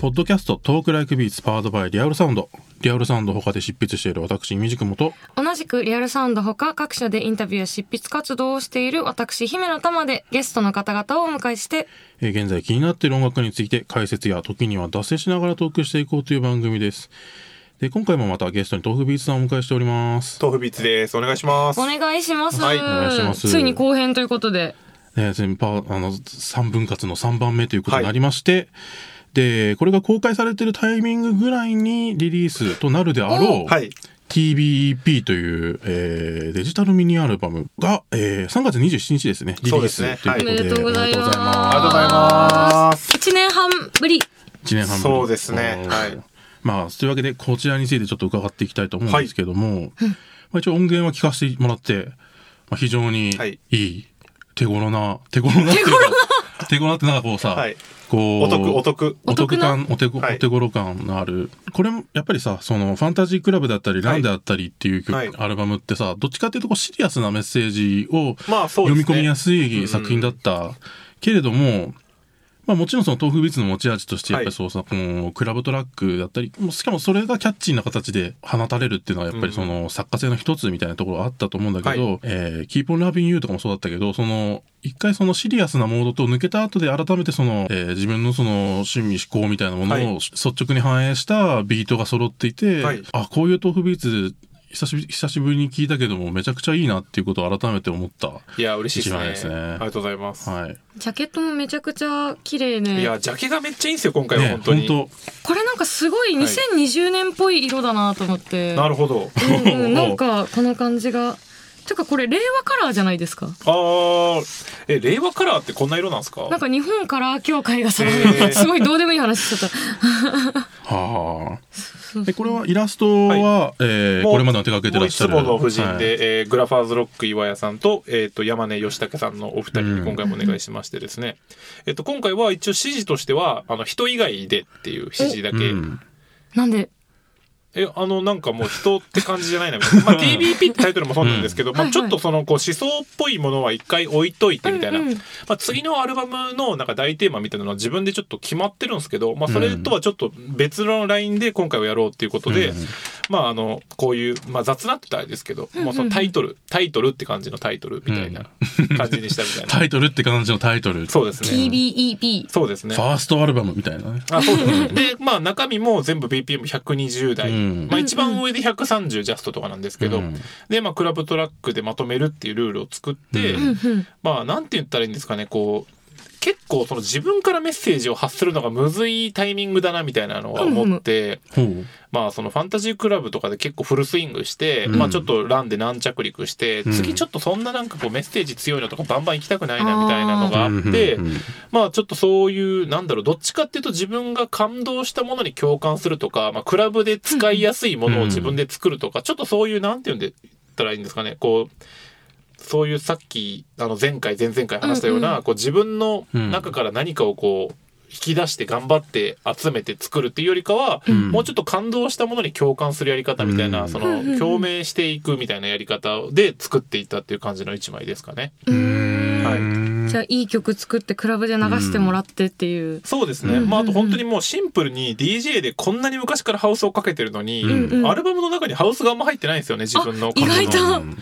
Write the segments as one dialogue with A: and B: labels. A: ポッドキャストトークライクビーツパワードバイリアルサウンド。リアルサウンド他で執筆している私、みじくもと、
B: 同じくリアルサウンドほか各社でインタビューや執筆活動をしている私姫の玉でゲストの方々をお迎えして
A: えー現在気になっている音楽について解説や時には脱線しながらトークしていこうという番組です。で、今回もまたゲストに豆腐ビーツさんをお迎えしております。
C: 豆腐ビーツです。お願いします。
B: お願いします,、
C: はいお
A: 願いします
B: ついに後編ということで
A: ね、全パーあの、3分割の3番目ということになりまして、で、これが公開されているタイミングぐらいにリリースとなるであろう、
C: はい。
A: TBEP という、えーデジタルミニアルバムが、えー3月27日ですね、リリ
C: そう
A: ー
C: で
A: ス
C: すね
A: ということで、
B: はいおめでとうございます
C: ありがとうございます。
B: 1年半ぶり
A: 1年半ぶり
C: そうですね
A: うん
C: はい
A: まあ、というわけで、こちらについてちょっと伺っていきたいと思うんですけども、まあ、一応音源は聞かせてもらって、まあ、非常に
C: はい
A: いい、手頃な、手頃なっていうか、手頃なってなんかこうさ、
C: はい
A: こう、
C: お得、お得。
A: お得感、お手ご、
C: はい
A: お手頃感のある。これも、やっぱりさ、その、ファンタジークラブだったり、ランであったりっていう曲、
C: はい
A: アルバムってさ、どっちかっていうとこうシリアスなメッセージを、
C: まあそう
A: 読
C: です
A: み込
C: ね
A: みやすい作品だったけれども、まあもちろんその豆腐ビーツの持ち味として、やっぱりそうさ、このクラブトラックだったり、もうしかもそれがキャッチーな形で放たれるっていうのは、やっぱりその作家性の一つみたいなところはあったと思うんだけど、
C: は
A: えー、Keep on Loving You とかもそうだったけど、その、一回そのシリアスなモードと抜けた後で改めてその、えー自分のその趣味思考みたいなも
C: は
A: のを
C: い
A: 率直に反映したビートが揃っていて、
C: はい
A: あ、こういう豆腐ビーツ、久しぶり久しぶりに聞いたけども、めちゃくちゃいいなっていうことを改めて思った。
C: いや、嬉しい
A: 一番で
C: ですす
A: ね
C: ね。ありがとうございます。
A: はい。
B: ジャケットもめちゃくちゃ綺麗ね
C: いや、ジャケがめっちゃいいんですよ、今回は
A: ね、
C: 本当に。
A: 本
B: これなんかすごい2020年っぽい色だなと思って、
C: なるほど。
B: うんうんなんかこの感じがてかこれ令和カラーじゃないですか
C: あー、え、令和カラーってこんな色なんですか
B: なんか日本カラー協会がさ、
C: へー
B: すごいどうでもいい話しちゃった
A: 当。は
B: そう
A: あ。で、これはイラストは、えー
C: もう
A: これまでの手掛けてらっしゃる。
C: もういつもの夫人で、
A: はい
C: えーグラファーズロック岩屋さんと、えっ、と、山根義武さんのお二人
A: うん
C: に今回もお願いしましてですね。えっと、今回は一応指示としては、あの、人以外でっていう指示だけ
A: うん
B: なんで
C: え、あの、なんかもう人って感じじゃないな、みたいな。まあ、TBP ってタイトルもそうなんですけど、ま
B: は
C: あ、
B: い
C: ち
B: はい
C: ょっとその、こう、思想っぽいものは一回置いといて、みたいな。
B: うんうん
C: まあ、次のアルバムの、なんか大テーマみたいなのは自分でちょっと決まってるんですけど、まあ、それとはちょっと別のラインで今回はやろうっていうことで、
A: うん
C: まあ、あの、こういう、まあ、雑なって言ったらあれですけど、もうそのタイトル、タイトルって感じのタイトルみたいな感じにしたみたいな。
A: タイトルって感じのタイトル。
C: そうですね。
B: TBEP
C: そうで すね
A: フ。ァーストアルバムみたいなね。
C: あそうですねで、まあ中身も全部 BPM120 台。
A: うん
C: まあ一番上で130ジャストとかなんですけど、
A: うん
C: で、まあクラブトラックでまとめるっていうルールを作って、
A: うん
B: うん
C: まあなんて言ったらいいんですかね、こう、結構その自分からメッセージを発するのがむずいタイミングだなみたいなのは思って、
A: ほう。
C: まあそのファンタジークラブとかで結構フルスイングして、
A: うん
C: まあちょっとランで軟着陸して、
A: ん
C: 次ちょっとそんななんかこうメッセージ強いのとかバンバン行きたくないなみたいなのがあって、
A: うんうんうん
C: まあちょっとそういう、なんだろう、どっちかっていうと自分が感動したものに共感するとか、まあクラブで使いやすいものを自分で作るとか、ちょっとそういう、なんて言うんで言ったらいいんですかね、こう、そういうさっき、あの前回、前々回話したよう
B: うん
C: な、こう自分の
A: うん
C: 中から何かをこう、引き出して頑張って集めて作るっていうよりかは、
A: ん
C: もうちょっと感動したものに共感するやり方みたいな、
A: うん
C: そ
B: うんうんう
C: の
B: ん
C: 共鳴していくみたいなやり方で作っていったっていう感じの一枚ですかね。
B: う
A: うん
B: ん
C: はい
B: じゃあいい曲作ってクラブで流してもらってっていう、
C: そうですね、
B: うん
C: まあ、あと本当にもうシンプルに DJ でこんなに昔からハウスをかけてるのに、
A: うん
B: うん
C: アルバムの中にハウスがあんま入ってないんですよね自分の
B: あ意外と
A: うん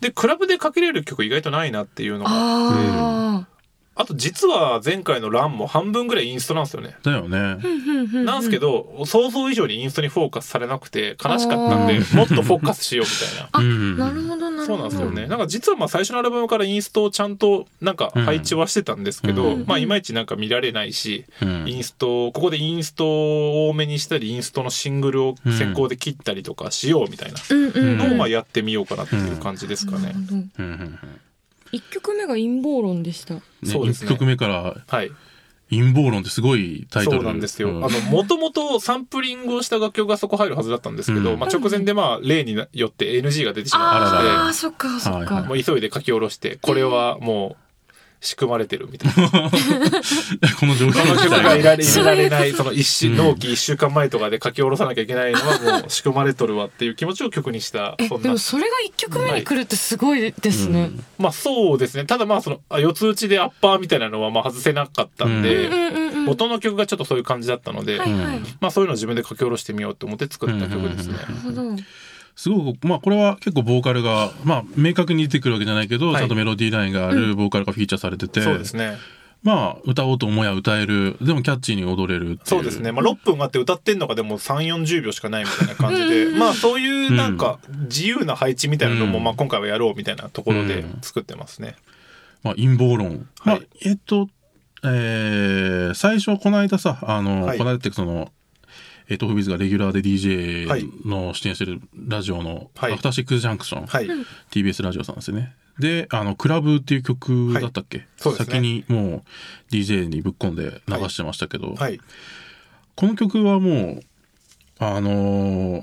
C: でクラブでかけれる曲意外とないなっていうのがあ
B: あ
C: と実は前回の「ランも半分ぐらいインストなんですよね。
A: だよね。
B: あ、うん
C: なんですけ
B: ど
C: ど想像以上にインストにフォーカスされなくて悲しかったんで
B: あ
C: もっとフォーカスしようみ たいな。
B: あ
A: うん
B: なるほどなるほど
C: そうなんですよね。なんか実はまあ最初のアルバムからインストをちゃんとなんか配置はしてたんですけど、
B: うん
C: まあいまいちなんか見られないし、
A: うん
C: インストここでインストを多めにしたりインストのシングルを先行で切ったりとかしようみたいな
B: うんうん
C: のをま
B: う
C: あ
B: ん
C: やってみようかなっていう感じですかね。
A: うんうんうん
B: 一曲目が陰謀論でした
A: ね
C: そうです
A: 一
C: ね
A: 曲目から
C: はい、
A: 陰謀論ってすごいタイト
C: そ
A: ル
C: うなんですよ。
A: う
C: あの、もともとサンプリングをした楽曲がそこ入るはずだったんですけど、
A: うん
C: まあ直前でまあ例によって NG が出てしまいまして、
B: ああーそっかそっ
A: はい
B: か
A: は
C: もう急いで書き下ろして、これはも仕組まれてるみたい な。
A: この状況
C: この曲
A: 自
C: が
A: 体
C: いら
A: が
C: れいられない、その一心、納期一週間前とかで書き下ろさなきゃいけないのはもう仕組まれとるわっていう気持ちを曲にした、
B: え
C: そん
B: で
C: な
B: も。それが一曲目に来るってすごいですね、
A: うん
C: まあそうですね。ただまあその、あ四つ打ちでアッパーみたいなのはまあ外せなかったん
B: う
C: で
B: ん、うんうん
C: 元の曲がちょっとそういう感じだったので、
B: はいはい、
A: うん
B: な
C: まあそういうのを自分で書き下ろしてみようと思って作った曲ですね。
A: うん
B: るほど
A: すごくまあこれは結構ボーカルがまあ明確に出てくるわけじゃないけど、
C: はい
A: ちゃんとメロディーラインがあるボーカルがフィーチャーされてて、
C: そうですね。
A: まあ歌おうと思えば歌えるでもキャッチーに踊れるっていう
C: そうですね。まあ6分あって歌ってんのがでも3、40秒しかないみたいな感じで、まあそういうなんか自由な配置みたいなのも
A: うん
C: まあ今回はやろうみたいなところで
A: うん
C: 作ってますね。
A: まあ、陰謀論、
C: はい
A: まあ、えっと、えー最初この間さあの、
C: はい
A: この間っていうかそのえっとフビズがレギュラーで DJ の出演してるラジオの「
C: はい
A: アフターシックスジャンクション」
C: はい。
A: TBS ラジオさんですよねであの「クラブ」っていう曲だったっけ、
C: そうですね
A: 先にもう DJ にぶっ込んで流してましたけど、
C: はい。
A: この曲はもうあのー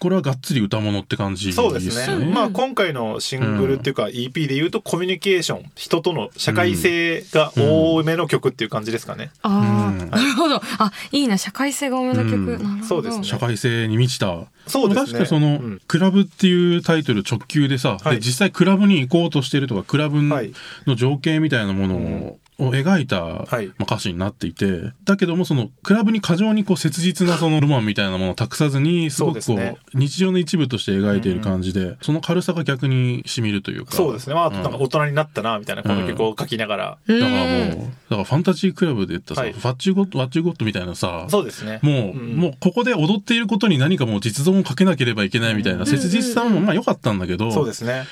A: これはがっつり歌物って感じです
C: そ
A: よ
C: う
A: ね。
C: です
B: う
C: ね。
B: ん
C: まあ今回のシングルっていうか EP で言うとコミュニケーション、人との社会性が多めの曲っていう感じですかね。
B: あ
A: う
B: ー
A: ん
B: なるほどあいいな社会性が多めの曲、
A: うん
B: なるほど
C: そうですね
A: 社会性に満ちた
C: そうですね
A: 確かにその、
C: うん
A: クラブっていうタイトル直球でさ、
C: はい
A: で実際クラブに行こうとしてるとかクラブの
C: はい
A: 情景みたいなものを,、描いた、
C: い
A: まあ、歌詞になっていてだけどもそのクラブに過剰にこう切実なそのロマンみたいなものを託さずにすごく
C: そ
A: こ
C: う
A: う
C: ですね
A: 日常の一部として描いている感じで、その軽さが逆にしみるというか
C: そうですね。まあ、
A: うん
C: なんか大人になったな、みたいな、この曲を書きながら。
B: う
A: だからもうだ
B: ん
A: からファンタジークラブで言ったさ、
C: はい
A: ファッチュゴットファッチュゴットみたいなさ
C: そうですね。
A: もう、
C: うん
A: もうここで踊っていることに何かもう実存をかけなければいけないみたいな、
C: うん
A: 切実さもまあ良かったんだけど、
C: そうですね。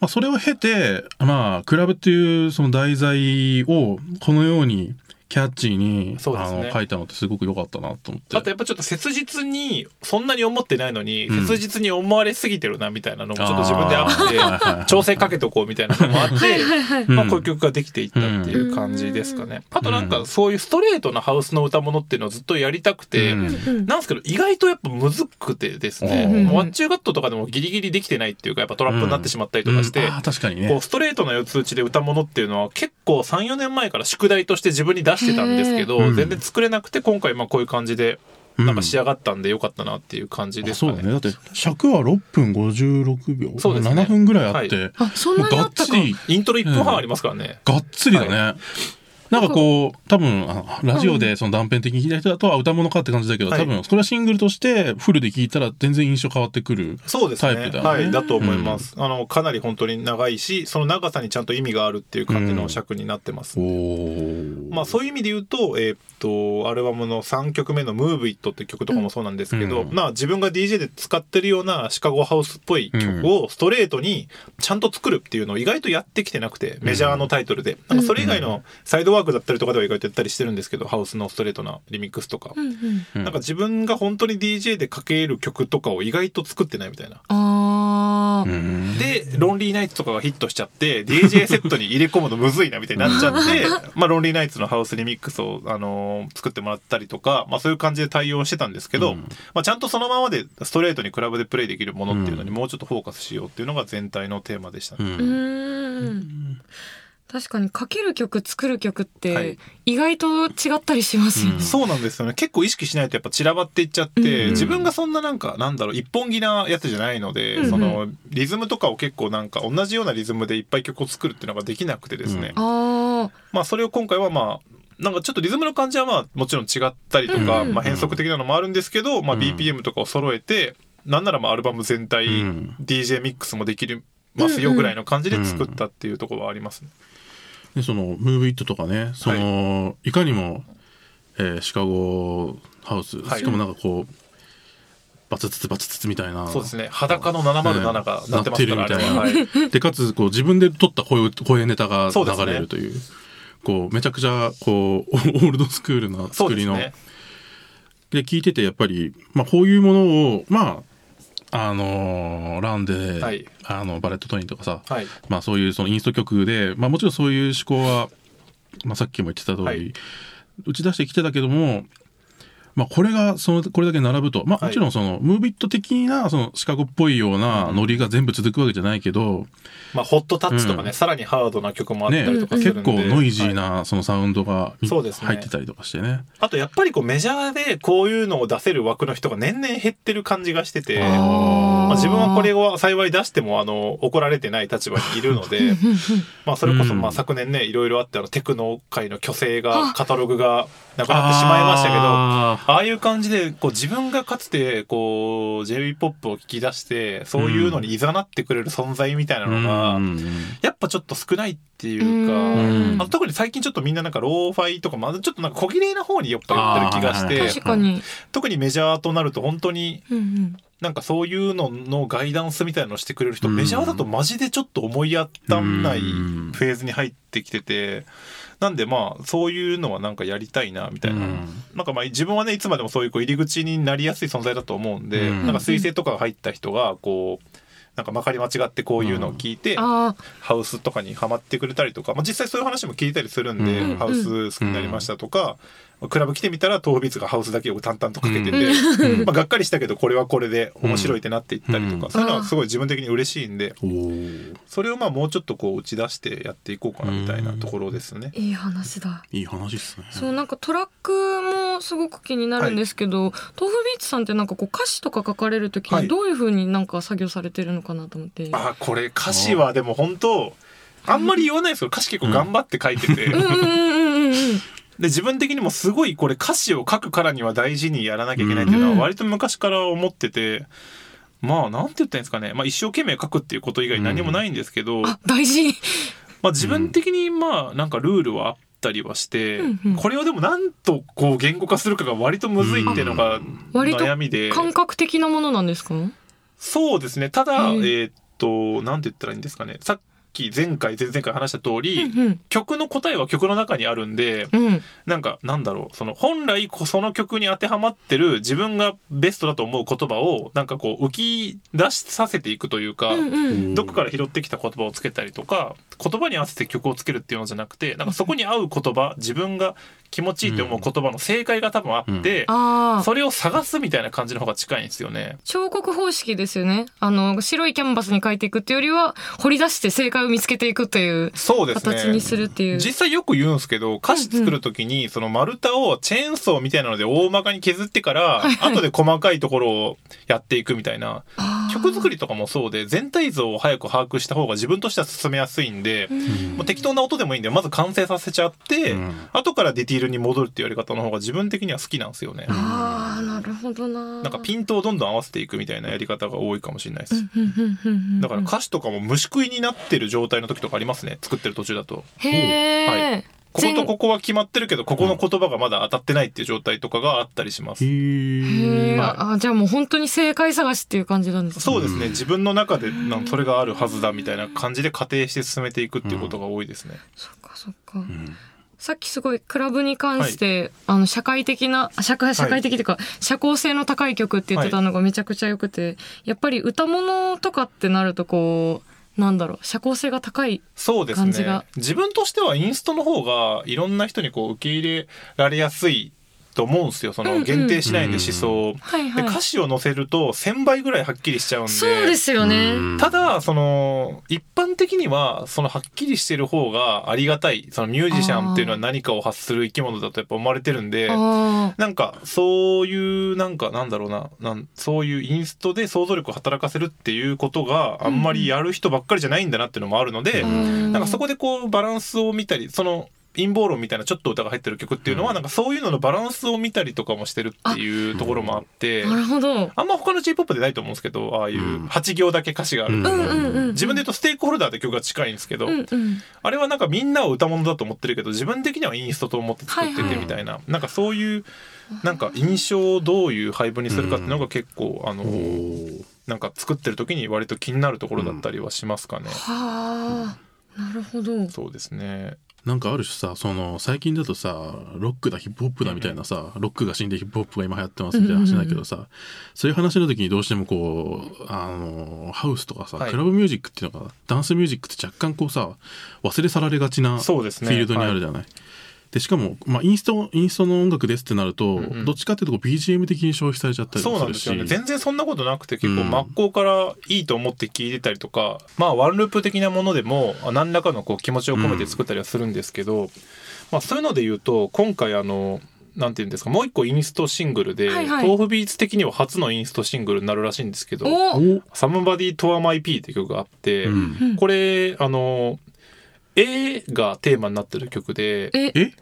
A: まあ、それを経て、まあ、クラブっていうその題材をこのようにキャッチーに、
C: そうで
A: あ
C: すね
A: の書いたのってすごく良かったなと思って。
C: あとやっぱちょっと切実に、そんなに思ってないのに、
A: うん
C: 切実に思われすぎてるな、みたいなのもちょっと自分であ
A: あ
C: っ
A: ー
C: て、調整かけとこうみたいなのもあって、
A: うん
C: まあこういう曲ができていったっていう感じですかね。あとなんかそういうストレートなハウスの歌物っていうのをずっとやりたくて、
A: うん
B: うん
C: なんですけど意外とやっぱむずくてですね、
A: うん
C: ワンチューガットとかでもギリギリできてないっていうかやっぱトラップになってしまったりとかして、
A: うんあー確かに
C: こう
A: ね。
C: ストレートな四つ打ちで歌物っていうのは結構34年前から宿題として自分に出してたんですけど、
A: へー
C: 全然作れなくて今回まあこういう感じでなんか仕上がったんでよかったなっていう感じ
A: うん
C: で
A: あ
C: すか
A: そう
C: ね。
A: だね。だって尺は6分56秒、
C: そうですね
A: 7分ぐらいあって、
B: あそん
A: も
B: な
A: う
B: に
A: が
B: あ
A: っ
B: った
A: つ
B: か
A: り
C: イントロ1分半ありますからね。
A: がっつりだね。なんかこう、多分、あラジオでその断片的に聴いた人だと、あ歌物かって感じだけど、
C: はい
A: 多分、それはシングルとしてフルで聴いたら全然印象変わってくる。
C: そうですね。
A: タイプだね
C: はい、だと思います。あの、かなり本当に長いし、その長さにちゃんと意味があるっていう感じの尺になってます。
A: お
C: まあ、そういう意味で言うと、えーっと、アルバムの3曲目の「ムーブイットって曲とかもそうなんですけど、
A: うん
C: まあ自分が DJ で使ってるようなシカゴハウスっぽい曲をストレートにちゃんと作るっていうのを意外とやってきてなくて、メジャーのタイトルで。なんかそれ以外のサイドワークだったりとかでは意外とやったりしてるんですけど、ハウスのストレートなリミックスとか。
B: うんうん
A: うん
C: なんか自分が本当に DJ でかける曲とかを意外と作ってないみたいな。
B: あー、
A: うん
C: で、ロンリーナイツとかがヒットしちゃって、DJ セットに入れ込むのむずいなみたいになっち ゃって、まあ、ロンリーナイツのハウスリミックスを、あのー作ってもらったりとか、まあ、そういう感じで対応してたんですけど、
A: うん
C: まあ、ちゃんとそのままでストレートにクラブでプレイできるものっていうのにもうちょっとフォーカスしようっていうのが全体のテーマでしたね。
A: う
B: うんーん確かにかける曲作る曲っ
C: はい
B: て意外と違ったりしますよね、
A: うん
C: そうなんですよね。結構意識しないとやっぱ散らばっていっちゃって、
A: うん
C: 自分がそんななんか、なんだろう、一本気なやつじゃないので、
B: うんうん
C: その、リズムとかを結構なんか同じようなリズムでいっぱい曲を作るっていうのができなくてですね。
A: うん
B: あ
C: まあそれを今回はまあなんかちょっとリズムの感じはまあもちろん違ったりとか、
B: うん
C: まあ変則的なのもあるんですけど、まあ
A: うん
C: BPM とかを揃えて、なんならまあアルバム全体、
A: うん
C: DJ ミックスもできるます
B: うん
C: よ
B: うん
C: ぐらいの感じで作ったっていうところはありますね。
A: でそのムーブイットとかねその、い、かにも、えーシカゴハウス、
C: はい
A: しかもなんかこうバツツツバツツツみたいな
C: そうですね。裸の707がなってますから、
A: なってるみたい
C: あ
A: な
C: れははい
A: でかつこう自分で撮った声を声ネタが
C: そうですね
A: 流れるというこうめちゃくちゃこう オールドスクールな
C: そ
A: 作
C: うで
A: り
C: す
A: の。
C: ね。
A: で聞いててやっぱり、まあ、こういうものをまああのーランで、
C: はい
A: あのバレットトインとかさ、
C: はい。
A: まあ、そういうそのインスト曲で、まあ、もちろんそういう思考は、まあ、さっきも言ってた通り、
C: はい
A: 打ち出してきてたけどもまあ、これがそのこれだけ並ぶと、まあ、
C: はい
A: もちろんその、ムービット的なそのシカゴっぽいようなノリが全部続くわけじゃないけど、
C: まあ、ホットタッチとかね、
A: うん
C: さらにハードな曲もあった
A: ね、
C: りとかするん
A: 結
C: で、
A: 構ノイジー
C: はい
A: なそのサウンドがい
C: そうですね
A: 入ってたりとかしてね。
C: あとやっぱりこうメジャーでこういうのを出せる枠の人が年々減ってる感じがしてて、
A: あー
C: まあ、自分はこれは幸い出してもあの怒られてない立場にいるの でまあそれこそま
A: う
C: あ
A: ん
C: 昨年ねいろいろあってあのテクノ界の虚勢
B: あ
C: がカタログがなくなってしまいましたけど。
A: あ
C: ああいう感じで、こう自分がかつて、こう、J-POP を聞き出して、そういうのに誘ってくれる存在みたいな
A: ーう
C: のが、
A: んうん
C: やっぱちょっと少ないっていうか、
A: うん
C: あの特に最近ちょっとみんななんかローファイとかまだちょっとなんか小綺麗な方にやっぱ寄ってる気がし
A: あーはいはい
B: 確
C: て
B: かに、
C: 特にメジャーとなると本当に
B: うんうん、
C: なんかそういうののガイダンスみたいなのをしてくれる人、
A: うん
C: メジャーだとマジでちょっと思い当たんないフェーズに入ってきててなんでまあそういうのはなんかやりたいなみたいな、
A: うん
C: なんかまあ自分はねいつまでもそういうこう入り口になりやすい存在だと思うんで、
A: うん
C: なんか彗星とかが入った人がこうなんかまかり間違ってこういうのを聞いて、
B: あ
C: ハウスとかにはまってくれたりとか、まあ、実際そういう話も聞いたりするんで、
A: うん
C: ハウス好きになりましたとか、クラブ来てみたらトービーツがハウスだけを淡々とかけてて、
A: うん
C: まあ、がっかりしたけどこれはこれで面白いってなっていったりとか、
A: うん
C: そういうのはすごい自分的に嬉しいんで
A: おー
C: それをまあもうちょっとこう打ち出してやっていこうかなみたいなところですね。
B: ーいい話だ
A: いい話ですね。
B: そうなんかトラックもすごく気になるんですけど、豆腐ビーツさんってなんかこう歌詞とか書かれるとき
C: は
B: に
C: い
B: どういう風になんか作業されてるのかなと思って、
C: あこれ歌詞はでも本当あんまり言わないですけど歌詞結構頑張って書いてて、
B: うん
C: で
B: うんうんう んうん
C: 自分的にもすごいこれ歌詞を書くからには大事にやらなきゃいけないっていうの
B: うん
C: は割と昔から思ってて。まあ、なんて言ったらいいんですかね。まあ、一生懸命書くっていうこと以外何もないんですけど、
B: あ大事
C: まあ、自分的にまあなんかルールはあったりはして、
B: うんうん
C: これをでもなんとこう言語化するかが割とむずいっていうのが
B: 割と
C: 悩みで、
B: 感覚的なものなんですか、
C: そうですねただ、
B: うん
C: えーっとなんて言ったらいいんですかねさっき前回前々回話した通り、
B: うん
C: 曲の答えは曲の中にあるんで
B: うんうん
C: なんかなんだろうその本来こその曲に当てはまってる自分がベストだと思う言葉をなんかこう浮き出しさせていくというか、
B: うんうん
C: どこから拾ってきた言葉をつけたりとか言葉に合わせて曲をつけるっていうのじゃなくてなんかそこに合う言葉自分が気持ちいいと思う言葉の正解が多分あって、
B: ああ
C: それを探すみたいな感じの方が近いんですよね。
B: 彫刻方式ですよねあの白いキャンバスに描いていくっていうよりは掘り出して正解を見つけていくという
C: そうですね
B: 形にするっていう、
C: 実際よく言うんですけど歌詞作る時にその丸太をチェーンソーみたいなので大まかに削ってから
B: はいはい
C: 後で細かいところをやっていくみたいな
B: あー
C: 曲作りとかもそうで全体像を早く把握した方が自分としては進めやすいんで
A: うん
C: もう適当な音でもいいんでまず完成させちゃって
A: うん
C: 後からディティールに戻るっていうやり方の方が自分的には好きなんですよね。
B: ああなるほどな
C: なんかピントをどんどん合わせていくみたいなやり方が多いかもしれないです。
B: ン
C: だから歌詞とかも虫食いになってる状態の時とかありますね。作ってる途中だと。
B: へえ、
C: はこことここは決まってるけど、ここの言葉がまだ当たってないっていう状態とかがあったりしま
A: へ
C: す。
A: ー
B: へえ、
C: はい
B: あじゃあもう本当に正解探しっていう感じなんですね
C: そうです
A: う
C: ね。
A: ん
C: 自分の中でなんそれがあるはずだみたいな感じで仮定して進めていくっていうことが多いですね。
B: そっかそっ
A: う
B: か、
A: ん
B: さっきすごいクラブに関して、あの社会的な社会社会的というか、社交性の高い曲って言ってたのがめちゃくちゃ良くて、やっぱり歌物とかってなるとこうなんだろう社交性が高い
C: そうです
B: 感じ
C: ね
B: が。
C: 自分としてはインストの方がいろんな人にこう受け入れられやすいと思うんですよ。そ
B: うんう
C: の
B: ん
C: 限定しないで思想を。
B: はい
C: で
B: はい
C: 歌詞を載せると1000倍ぐらいはっきりしちゃうんで。
B: そうですよね、
A: うん
C: ただその一般的にはそのはっきりしてる方がありがたいそのミュージシャンっていうのは何かを発する生き物だとやっぱ思われてるんで
B: あ
C: なんかそういうなんかなんだろうななんそういうインストで想像力を働かせるっていうことがあんまりやる人ばっかりじゃないんだなっていうのもあるので、
A: う
B: ー
C: なんかそこでこうバランスを見たりその陰謀論みたいなちょっと歌が入ってる曲っていうのは、
A: うん
C: なんかそういうののバランスを見たりとかもしてるっていうところもあって。
B: なるほど
C: あんま他の J-POP でないと思うんですけど、ああい
A: うん
C: う8行だけ歌詞がある
B: うんうんうん
C: 自分で言うとステークホルダーって曲が近いんですけど、
B: うんうん
C: あれはなんかみんなを歌物だと思ってるけど自分的にはインストと思って作って
B: はい
C: て
B: はい
C: みたいな、なんかそういうなんか印象をどういう配分にするかっていうのが結構、あ
A: お
C: の
A: ー
C: なんか作ってる時に割と気になるところだったりはしますかね。
B: はあなるほど
C: そうですね。
A: なんかある種さその最近だとさロックだヒップホップだみたいなさ、ロックが死んでヒップホップが今流行ってますみたいな話だけどさ、そういう話の時にどうしてもこうあのハウスとかさ、
C: はい
A: クラブミュージックっていうのがダンスミュージックって若干こうさ忘れ去られがちなフ
C: そう
A: ィ
C: ですね
A: ールドにあるじゃない。でしかも、まあ、インストインストの音楽ですってなると、
C: んうん
A: どっちかっていうとこう BGM 的に消費されちゃったり
C: そう
A: も
C: な
A: す
C: ん
A: る
C: で
A: し
C: すよね全然そんなことなくて結構
A: うん
C: 真っ向からいいと思って聞いてたりとか、まあワンループ的なものでもあ何らかのこう気持ちを込めて作ったりはするんですけど、まあ、そういうので言うと今回あのなんていうんですかもう一個インストシングルで、
B: はいはい
C: 豆腐ビーツ的には初のインストシングルになるらしいんですけど
B: お
A: お
C: 「サムバディ・トア・マイ・ピー」って曲があって、
A: うん
B: うん
C: これあの絵がテーマになってる曲で
B: え
A: え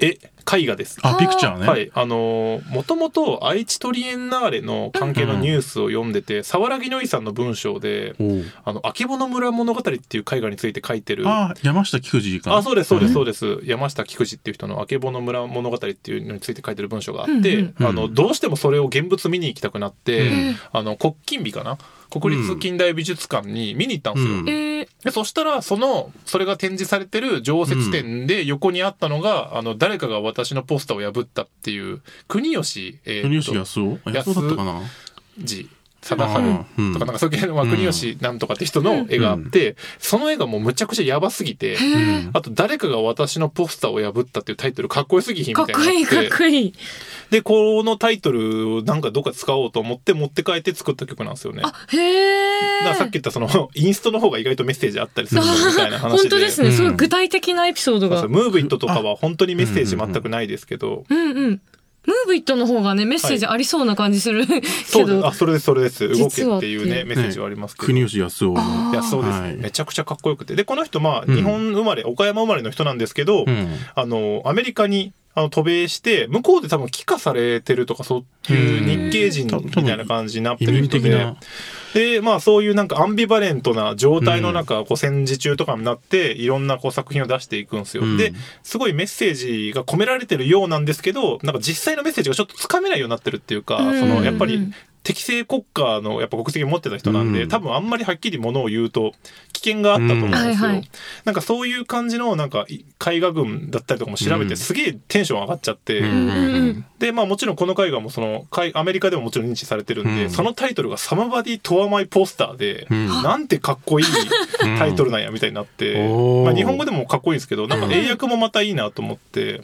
C: 絵絵画です
A: あピクチャーね、
C: はい、あのもともと愛知トリエンナーレの関係のニュースを読んでて沢良木のりさんの文章で
A: おう
C: 「あの秋物村物語」っていう絵画について書いてる
A: あ山下菊二かな
C: あそうですそうです
A: ん
C: そうです山下菊池っていう人の「あけぼの村物語」っていうのについて書いてる文章があって、
B: うん
A: うん
C: あのどうしてもそれを現物見に行きたくなって、
A: うん
C: あの国金美かな国立近代美術館に見に行ったんですよ。
A: うん
B: えー
C: でそしたらそのそれが展示されてる常設展で横にあったのが、あの誰かが私のポスターを破ったっていう国吉、えーと
A: 国吉康夫あ康夫だったかな
C: じ貞
A: う
C: 治
A: んうん
C: とかなんかそういう、まあ、国吉なんとかって人の絵があって、その絵がもうむちゃくちゃやばすぎて、
A: うん
C: あと「誰かが私のポスターを破った」っていうタイトルかっこよすぎひん
B: か
C: み
B: った
C: い
B: こい
C: に
B: い
C: なって
B: かっこいい。
C: でこのタイトルをなんかどっか使おうと思って持って帰って作った曲なんですよね。だ
B: あ
C: か、
B: へ
C: ら
B: え。
C: さっき言ったそのインストの方が意外とメッセージあったりするみたいな話で。
B: 本当ですね。
A: うん
B: すごい具体的なエピソード
C: そう
B: が。
C: そううんムービットとかは本当にメッセージ全くないですけど。
B: うん。ムービットの方がね、メッセージありそうな感じするけ
C: そうです。あ、
B: ど。
C: それです、それです。動け
B: 実はっ
C: っ
B: て
C: て
B: い
C: いううね、メッセージはありますけど。
A: 国吉康夫の
B: あ
C: いや、そうです、
A: はい
C: めちゃくちゃかっこよくて。で、この人、まあ、
A: うん
C: 日本生まれ、岡山生まれの人なんですけど、
A: うん
C: あの、アメリカに、あの、渡米して、向こうで多分帰化されてるとか、そういう日系人
A: うん
C: みたいな感じになって
A: 移
C: る
A: 民
C: 人
A: 的
C: で
A: な、
C: で、まあ、そういうなんかアンビバレントな状態の中、こう、戦時中とかになって、いろんなこう作品を出していくんですよ。
A: うん
C: で、すごいメッセージが込められてるようなんですけど、なんか実際のメッセージがちょっとつかめないようになってるっていうか、
B: うん
C: その、やっぱ
B: う
C: り
B: ん、
C: 適正国家のやっぱ国籍を持ってた人なんで、
A: うん
C: 多分あんまりはっきりものを言うと危険があったと思うんですよ。
B: うんはいはい
C: なんかそういう感じのなんかい絵画群だったりとかも調べ
A: う
C: て
A: ん
C: すげえテンション上がっちゃって、
A: うんうん
C: でまあもちろんこの絵画もその海アメリカでももちろん認知されてるんで、
A: うん
C: そのタイトルが「サマバディ・トア・マイ・ポスターで」
A: うん
C: なんてかっこいいタイトルなんやみたいになって、
A: おー
C: まあ、日本語でもかっこいいんですけどなん
A: うん
C: か英訳もまたいいなと思って。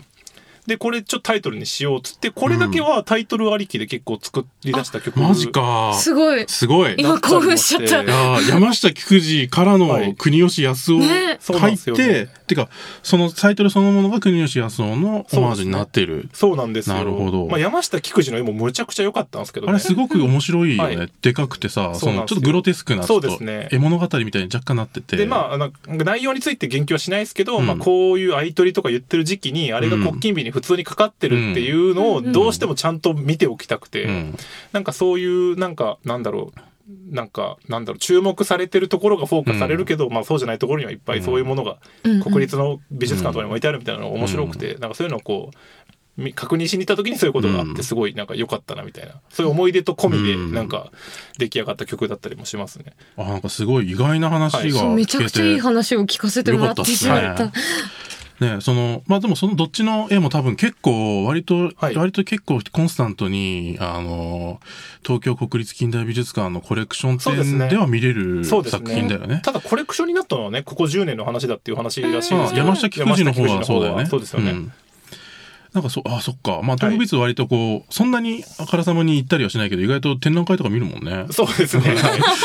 C: でこれちょっとタイトルにしようっつってこれだけはタイトルありきで結構作り出した曲
A: マジか
B: すごい。
A: すごいい
B: 今興奮しちゃった
C: なたりもして
A: やー山下菊二からの国吉康夫
B: ね
C: そうな
A: 入
C: ん
A: っ
C: です
A: て、
C: よね
A: てかそのタイトルそのものが国吉康夫のオマージュになってる、
C: そうなんですよ。
A: なるほど
C: まあ、山下菊二の絵もむちゃくちゃ良かったんですけど
A: あ
C: ね。
A: れすごく面白いよね、
C: はい
A: でかくてさ
C: そ
A: そう
C: な
A: の
C: んです
A: ち
C: よ
A: ょっとグロテスクなちょ
C: そ
A: っ
C: うで
A: と
C: すね
A: 絵物語みたいに若干なってて
C: でまああの内容について言及はしないですけど、
A: うん
C: まあ、こういう相取りとか言ってる時期にあれが国金日に普通にかかってるっていうのを
B: うん
C: どうしてもちゃんと見ておきたくて、
A: うん
C: なんかそういうなんかなんだろうなんかなんだろう注目されてるところがフォーカスされるけど、まあ、そうじゃないところにはいっぱいそういうものが
B: うん
C: 国立の美術館とかに置いてあるみたいなのが面白くて、なんかそういうのをこうみ確認しに行った時にそういうことがあっ
A: うん
C: てすごいなんか良かったなみたいな、そういう思い出と込み
A: うん
C: でなんか出来上がった曲だったりもしますね。
A: あなんかすごい意外な話が
C: はい
B: そうめちゃく
A: 聞
B: ちゃいい
A: けて
B: 話を聞かせてもらってしまった。
A: よかったっねそのまあでもそのどっちの絵も多分結構割と、
C: はい
A: 割と結構コンスタントにあの東京国立近代美術館のコレクション
C: そうです
A: 展
C: ね
A: では見れる
C: そうですね
A: 作品だよね。
C: ただコレクションになったのはねここ10年の話だっていう話らしい
B: うん
C: で
A: あ
C: すけど
A: 山下菊二の方はそうだよね。
C: そうですよね、
A: んなんかそうあそっかまあ特別割とこうそんなにあからさまに行ったりはしないけど意外と展覧会とか見るもんね。
C: そう ですねは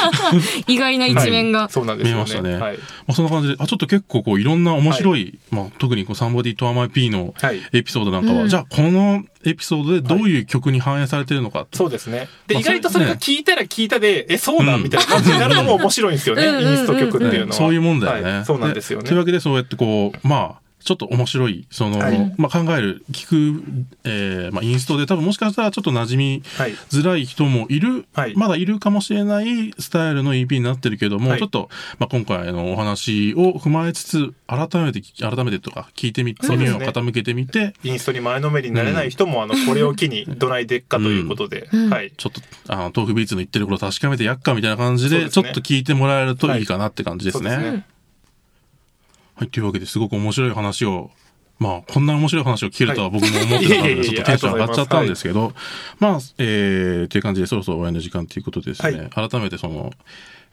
B: 意外ない一面が。
C: そうなんですよ
A: 見え
C: ね
A: ましたね
C: はい、
A: まあ、そんな感じであちょっと結構こういろんな面白い、まあ、特にこう「サンボディ・トアマイ・ピー」の
C: はい
A: エピソードなんかは、
B: うん
A: じゃあこのエピソードでどういう曲に反映されてるのかと
C: そうですねで、
A: まあ
C: 意外とそれ
A: そ
C: が
A: れね
C: 聞いたら聞いたでえそうなんみたいな感じになるのも面白いんですよね
B: うんうんうんうん
C: インスト曲っていうのは
A: そういうもんだよね。
C: はいそうなんですよね
A: というわけでそうやってこうまあちょっと面白いその、
C: はい
A: まあ、考える聞く、えーまあ、インストで多分もしかしたらちょっと馴染み
C: はい
A: づらい人もいる、
C: はい
A: まだいるかもしれないスタイルの EP になってるけども、
C: はい
A: ちょっと、まあ、今回のお話を踏まえつつ改めて聞き改めてとか聞いてみ
C: そうです
A: 耳
C: ね
A: を傾けてみて、
C: インストに前のめりになれない人も、あのこれを機にどないでっかということで、
B: うん
C: はい
A: ちょっとあの豆腐ビーツの言ってること確かめてやっかみたいな感じで
C: そうで
A: ち
C: す
A: ょ
C: ね
A: っと聞いてもらえるといいかなって感じです
C: そう
A: ね。
C: です
A: はい、というわけですごく面白い話をまあ、こんな面白い話を聞けるとは僕も思ってなかったので、
C: はい
A: ちょっとテンション上がっちゃったんですけど、まあ、えー、っていう感じで、そろそろ終わりの時間ということでですね、改めてその、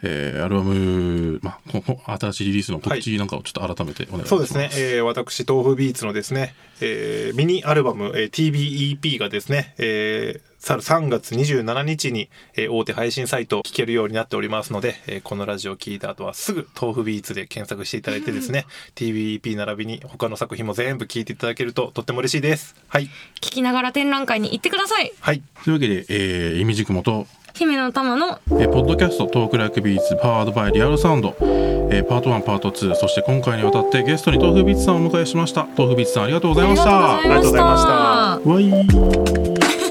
A: えー、アルバム、まあ、ここ新しいリリースの告知なんかをちょっと改めてお願いします。
C: そうですね、えー、私豆腐ビーツのですね、えー、ミニアルバム、えー、TBEP がですね、えー、さ3月27日に、えー、大手配信サイト聞けるようになっておりますので、えー、このラジオ聞いた後はすぐ豆腐ビーツで検索していただいてですね TBEP 並びに他の作品も全部聞いていただけるととっても嬉しいですはい
B: 聞きながら展覧会に行ってください
C: はい
A: というわけで、えー、イミジクモと、
B: 姫の玉の
A: えーポッドキャストトークライクビーツパワードバイリアルサウンド、えーパート1パート2そして今回にわたってゲストに豆腐ビーツさんをお迎えしました豆腐ビーツさんありがとうございました
B: ありがとうございまし
C: ありがとうございました
B: た
A: わい